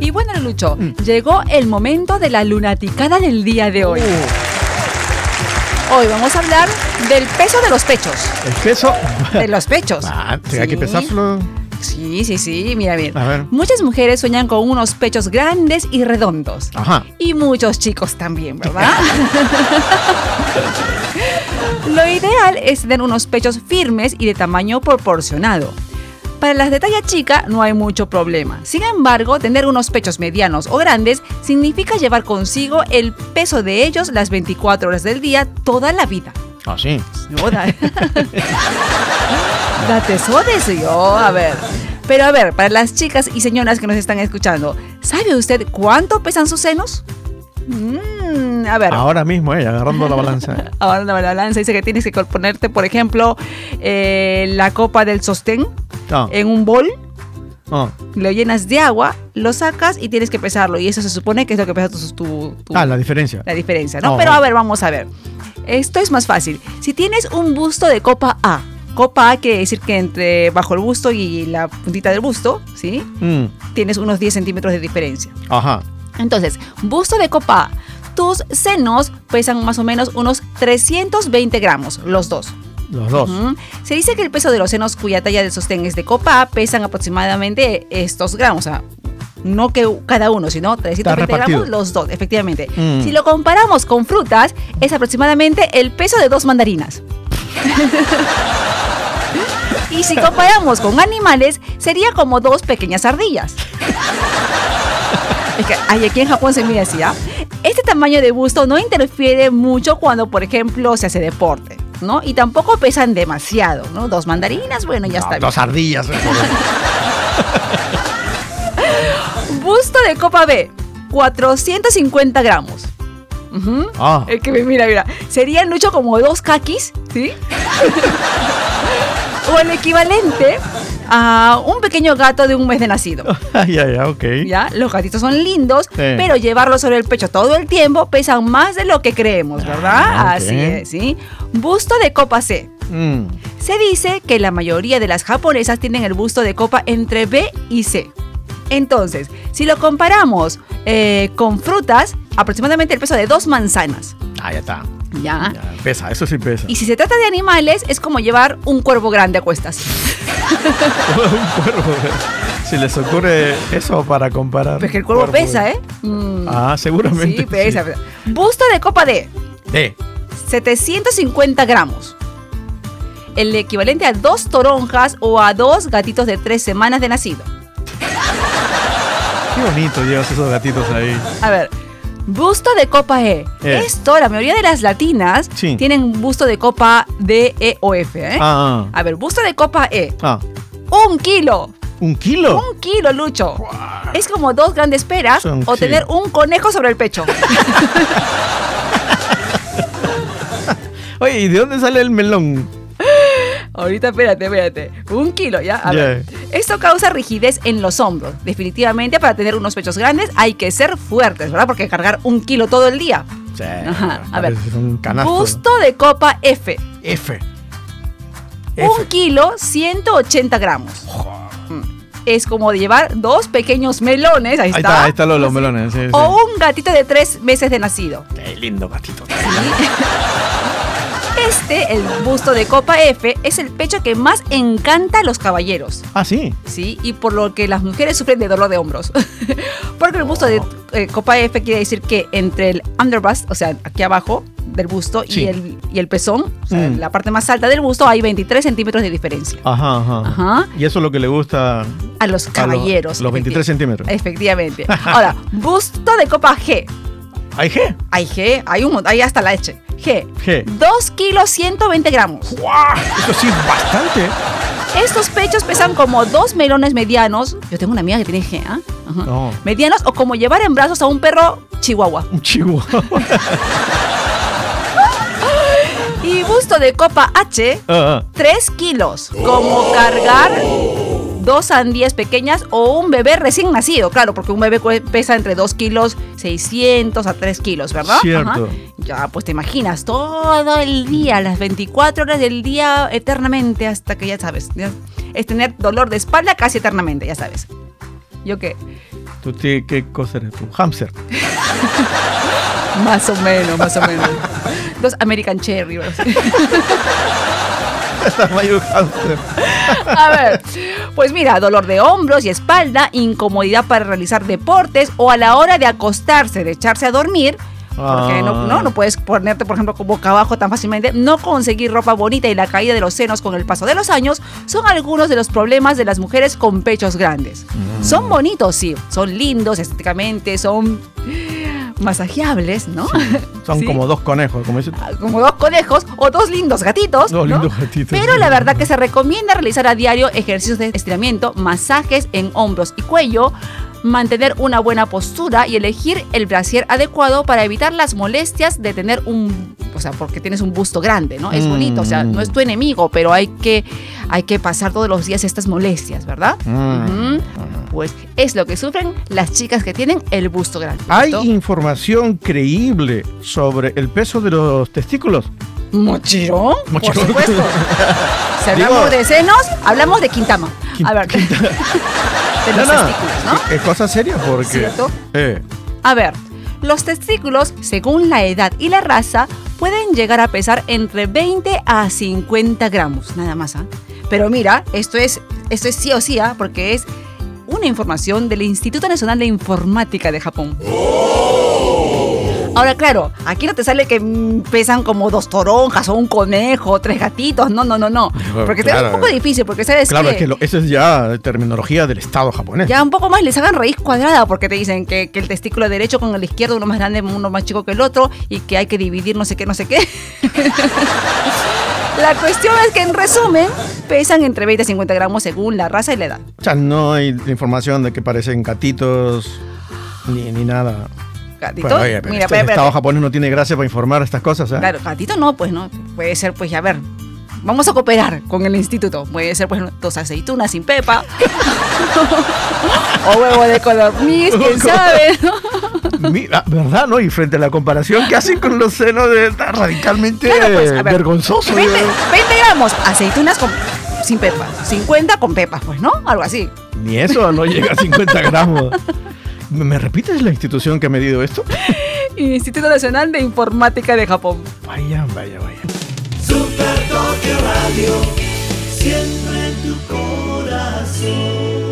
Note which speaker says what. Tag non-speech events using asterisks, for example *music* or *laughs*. Speaker 1: Y bueno, Lucho,
Speaker 2: Mm.
Speaker 1: llegó el momento de la lunaticada del día de hoy.
Speaker 2: Uh,
Speaker 1: Hoy vamos a hablar del peso de los pechos.
Speaker 2: El
Speaker 1: *laughs*
Speaker 2: queso.
Speaker 1: De los pechos.
Speaker 2: *laughs* Ah, tenía que
Speaker 1: Sí.
Speaker 2: pesarlo.
Speaker 1: Sí, sí, sí, mira bien.
Speaker 2: A ver.
Speaker 1: Muchas mujeres sueñan con unos pechos grandes y redondos.
Speaker 2: Ajá.
Speaker 1: Y muchos chicos también, ¿verdad? Lo ideal es tener unos pechos firmes y de tamaño proporcionado. Para las de talla chica no hay mucho problema. Sin embargo, tener unos pechos medianos o grandes significa llevar consigo el peso de ellos las 24 horas del día toda la vida.
Speaker 2: Ah, sí.
Speaker 1: No, da- *laughs* Date sodes, yo, a ver. Pero a ver, para las chicas y señoras que nos están escuchando, ¿sabe usted cuánto pesan sus senos? Mm, a ver,
Speaker 2: Ahora mismo, eh, agarrando
Speaker 1: *laughs*
Speaker 2: la balanza.
Speaker 1: ahora la balanza dice que tienes que ponerte, por ejemplo, eh, la copa del sostén
Speaker 2: No,
Speaker 1: en un bol,
Speaker 2: no.
Speaker 1: lo llenas de agua, lo sacas y tienes que pesarlo. Y eso se supone que es lo que pesa tu, tu- tu-
Speaker 2: Ah, la diferencia.
Speaker 1: la diferencia, ¿no?
Speaker 2: Ajá.
Speaker 1: Pero a ver, vamos a ver. Esto es más fácil. Si tienes un busto de copa A, copa A quiere decir que entre bajo el busto y la puntita del busto, ¿sí?
Speaker 2: Mm,
Speaker 1: Tienes unos 10 centímetros de diferencia.
Speaker 2: Ajá.
Speaker 1: Entonces, busto de copa A, tus senos pesan más o menos unos 320 gramos, los dos.
Speaker 2: Los dos.
Speaker 1: Ujú. Se dice que el peso de los senos cuya talla del sostén es de copa A pesan aproximadamente estos gramos. o sea, no que cada uno, sino 320
Speaker 2: repartido.
Speaker 1: gramos los dos, efectivamente.
Speaker 2: Mm.
Speaker 1: Si lo comparamos con frutas, es aproximadamente el peso de dos
Speaker 2: *laughs*
Speaker 1: mandarinas. y si comparamos con animales, sería como dos pequeñas ardillas. Es que ay, aquí en Japón se mide así, ¿ah? Este tamaño de busto no interfiere mucho cuando, por ejemplo, se hace deporte, ¿no? Y tampoco pesan demasiado, ¿no? Dos mandarinas, bueno, ya
Speaker 2: No,
Speaker 1: está.
Speaker 2: Ah, dos ardillas. eh,
Speaker 1: *laughs* bien. Busto de copa B, 450 gramos. Ujú.
Speaker 2: Ah, *laughs*
Speaker 1: Es que mira, mira, serían mucho como dos kakis, ¿sí? *laughs* o el equivalente a un pequeño gato de un mes de nacido.
Speaker 2: ya, ya, ok.
Speaker 1: ¿Ya? Los gatitos son lindos, pero llevarlos sobre el pecho todo el tiempo pesan más de lo que creemos, ¿verdad?
Speaker 2: Ah, ok.
Speaker 1: Así es, ¿sí? Busto de copa C.
Speaker 2: Mm,
Speaker 1: Se dice que la mayoría de las japonesas tienen el busto de copa entre B y C. Entonces, si lo comparamos eh, con frutas, aproximadamente el peso de dos manzanas.
Speaker 2: Ah, ya está.
Speaker 1: ¿Ya?
Speaker 2: Ya, pesa, eso sí pesa. *laughs*
Speaker 1: Y si se trata de animales, es como llevar un cuervo grande a cuestas.
Speaker 2: Un cuervo. eh. Si les ocurre eso para comparar.
Speaker 1: Porque el cuervo, pesa, ¿eh? Mm,
Speaker 2: Ah, seguramente.
Speaker 1: sí, pesa, pesa. Busto de copa D,
Speaker 2: Eh,
Speaker 1: 750 gramos. El equivalente a dos toronjas o a dos gatitos de tres semanas de nacido.
Speaker 2: qué bonito llevas esos gatitos ahí.
Speaker 1: A ver, busto de copa E.
Speaker 2: Eh.
Speaker 1: Esto, la mayoría de las latinas
Speaker 2: Sí.
Speaker 1: tienen busto de copa D, E o F. ¿eh?
Speaker 2: Ah,
Speaker 1: A ver, busto de copa E.
Speaker 2: ah. ah.
Speaker 1: Un kilo.
Speaker 2: ¿Un kilo?
Speaker 1: Un kilo, Lucho. Es como dos grandes peras
Speaker 2: Son-
Speaker 1: o
Speaker 2: sí.
Speaker 1: tener un conejo sobre el pecho.
Speaker 2: Oye, ¿y de dónde sale el melón?
Speaker 1: Ahorita, espérate, espérate. Un kilo, ¿ya? A ver. Esto causa rigidez en los hombros. Definitivamente, para tener unos pechos grandes hay que ser fuertes, ¿verdad? Porque cargar un kilo todo el día.
Speaker 2: Sí,
Speaker 1: Ajá, a ver.
Speaker 2: parece Un canasto.
Speaker 1: Busto de copa F.
Speaker 2: F.
Speaker 1: Un kilo, 180 gramos. Mm. Es como de llevar dos pequeños melones, ahí,
Speaker 2: Ahí está, ahí están los, los melones. Sí, sí.
Speaker 1: O un gatito de tres meses de nacido.
Speaker 2: Qué lindo gatito.
Speaker 1: Este, el busto de copa F, es el pecho que más encanta a los caballeros.
Speaker 2: Ah, sí.
Speaker 1: ¿sí? Y por lo que las mujeres sufren de dolor de hombros. *laughs* Porque el busto de eh, copa F quiere decir que entre el underbust, o sea, aquí abajo del busto,
Speaker 2: Sí.
Speaker 1: y, el, y el pezón, o sea,
Speaker 2: Mm.
Speaker 1: la parte más alta del busto, hay 23 centímetros de diferencia.
Speaker 2: Ajá, ajá.
Speaker 1: Ajá.
Speaker 2: Y eso es lo que le gusta a los-
Speaker 1: A los caballeros.
Speaker 2: Los, 23 centímetros. *laughs*
Speaker 1: Efectivamente. Ahora, busto de copa G.
Speaker 2: ¿Hay G?
Speaker 1: Hay G, hay un mon- hay hasta la H. G.
Speaker 2: G.
Speaker 1: 2 kilos 120 gramos.
Speaker 2: ¡Guau! Eso sí, es bastante.
Speaker 1: Estos pechos pesan como dos melones medianos. Yo tengo una amiga que tiene G, ¿ah? Ajá.
Speaker 2: No.
Speaker 1: Medianos o como llevar en brazos a un perro chihuahua.
Speaker 2: Un
Speaker 1: *laughs*
Speaker 2: chihuahua.
Speaker 1: Y busto de copa H,
Speaker 2: Ah, ah.
Speaker 1: 3 kilos. Como cargar dos sandías pequeñas o un bebé recién nacido. Claro, porque un bebé cue- pesa entre 2 kilos 600 a 3 kilos, ¿verdad?
Speaker 2: Cierto.
Speaker 1: Ya, pues te imaginas, todo el día, las 24 horas del día, eternamente, hasta que ya sabes. ya- es tener dolor de espalda casi eternamente, ya sabes. ¿Yo qué?
Speaker 2: ¿Tú ti- qué cosa eres tú? *laughs* Hamster.
Speaker 1: Más o menos, más o menos. Dos American Cherry. o algo así.
Speaker 2: Tamaño hamster.
Speaker 1: A ver, pues mira, dolor de hombros y espalda, incomodidad para realizar deportes o a la hora de acostarse, de echarse a dormir. Porque no,
Speaker 2: Ah.
Speaker 1: no, no puedes ponerte, por ejemplo, con boca abajo tan fácilmente. No conseguir ropa bonita y la caída de los senos con el paso de los años son algunos de los problemas de las mujeres con pechos grandes.
Speaker 2: Mm.
Speaker 1: Son bonitos, sí. Son lindos estéticamente, son masajeables, ¿no?
Speaker 2: Son
Speaker 1: Sí.
Speaker 2: como dos conejos, como dice.
Speaker 1: como dos conejos o dos lindos gatitos.
Speaker 2: Dos
Speaker 1: ¿no?
Speaker 2: lindos gatitos.
Speaker 1: Pero la verdad que se recomienda realizar a diario ejercicios de estiramiento, masajes en hombros y cuello, mantener una buena postura y elegir el brasier adecuado para evitar las molestias de tener un, o sea, porque tienes un busto grande, ¿no? Es bonito, o sea, no
Speaker 2: Mm.
Speaker 1: es tu enemigo, pero hay que hay que pasar todos los días estas molestias, ¿verdad?
Speaker 2: Mm.
Speaker 1: Ujú. Pues es lo que sufren las chicas que tienen el busto grande.
Speaker 2: ¿Hay
Speaker 1: ¿cierto?
Speaker 2: información creíble sobre el peso de los testículos?
Speaker 1: ¿Mochirón?
Speaker 2: Mochirón.
Speaker 1: Por supuesto. Si
Speaker 2: Digo-
Speaker 1: hablamos de senos, hablamos de Quintama. A ver. *laughs* de los testículos, ¿no?
Speaker 2: Es cosa seria porque.
Speaker 1: ¿Cierto?
Speaker 2: Eh,
Speaker 1: A ver, los testículos, según la edad y la raza, pueden llegar a pesar entre 20 a 50 gramos, nada más. ¿ah? Pero mira, esto es, esto es sí o sí, ¿ah? porque es una información del Instituto Nacional de Informática de Japón. Ahora, claro, aquí no te sale que mm, pesan como dos toronjas o un conejo o tres gatitos. No, no, no, no.
Speaker 2: Claro,
Speaker 1: Porque te es
Speaker 2: claro.
Speaker 1: un poco difícil, porque sabes
Speaker 2: claro,
Speaker 1: qué?
Speaker 2: es que lo- eso es ya terminología del Estado japonés.
Speaker 1: Ya un poco más les hagan raíz cuadrada porque te dicen que, que el testículo derecho con el izquierdo, uno más grande, uno más chico que el otro y que hay que dividir no sé qué, no sé qué. *laughs* la cuestión es que en resumen pesan entre 20 y 50 gramos según la raza y la edad.
Speaker 2: O sea, no hay información de que parecen gatitos ni, ni nada.
Speaker 1: Gatito,
Speaker 2: Bueno, oye, pero
Speaker 1: mira, espera,
Speaker 2: este- el
Speaker 1: espera.
Speaker 2: Estado japonés no tiene gracia para informar estas cosas. ¿eh?
Speaker 1: Claro, gatito no, pues no. Puede ser, pues, a ver, vamos a cooperar con el instituto. Puede ser, pues, dos aceitunas sin pepa. *laughs* o huevo de color
Speaker 2: *laughs*
Speaker 1: mix, quién sabe. ¿no?
Speaker 2: Mira, ah, ¿verdad? ¿No? Y frente a la comparación que hacen con los senos de, está radicalmente
Speaker 1: Claro, pues, a ver,
Speaker 2: Este, vergonzoso.
Speaker 1: 20,
Speaker 2: yo-
Speaker 1: 20 gramos aceitunas con, sin pepas, 50 con pepas, pues, ¿no? Algo así.
Speaker 2: Ni eso no llega a 50 gramos. ¿Me me repites la institución que ha medido esto?
Speaker 1: Instituto Nacional de Informática de Japón.
Speaker 2: Vaya, vaya, vaya.
Speaker 3: Super Tokio Radio, siempre en tu corazón.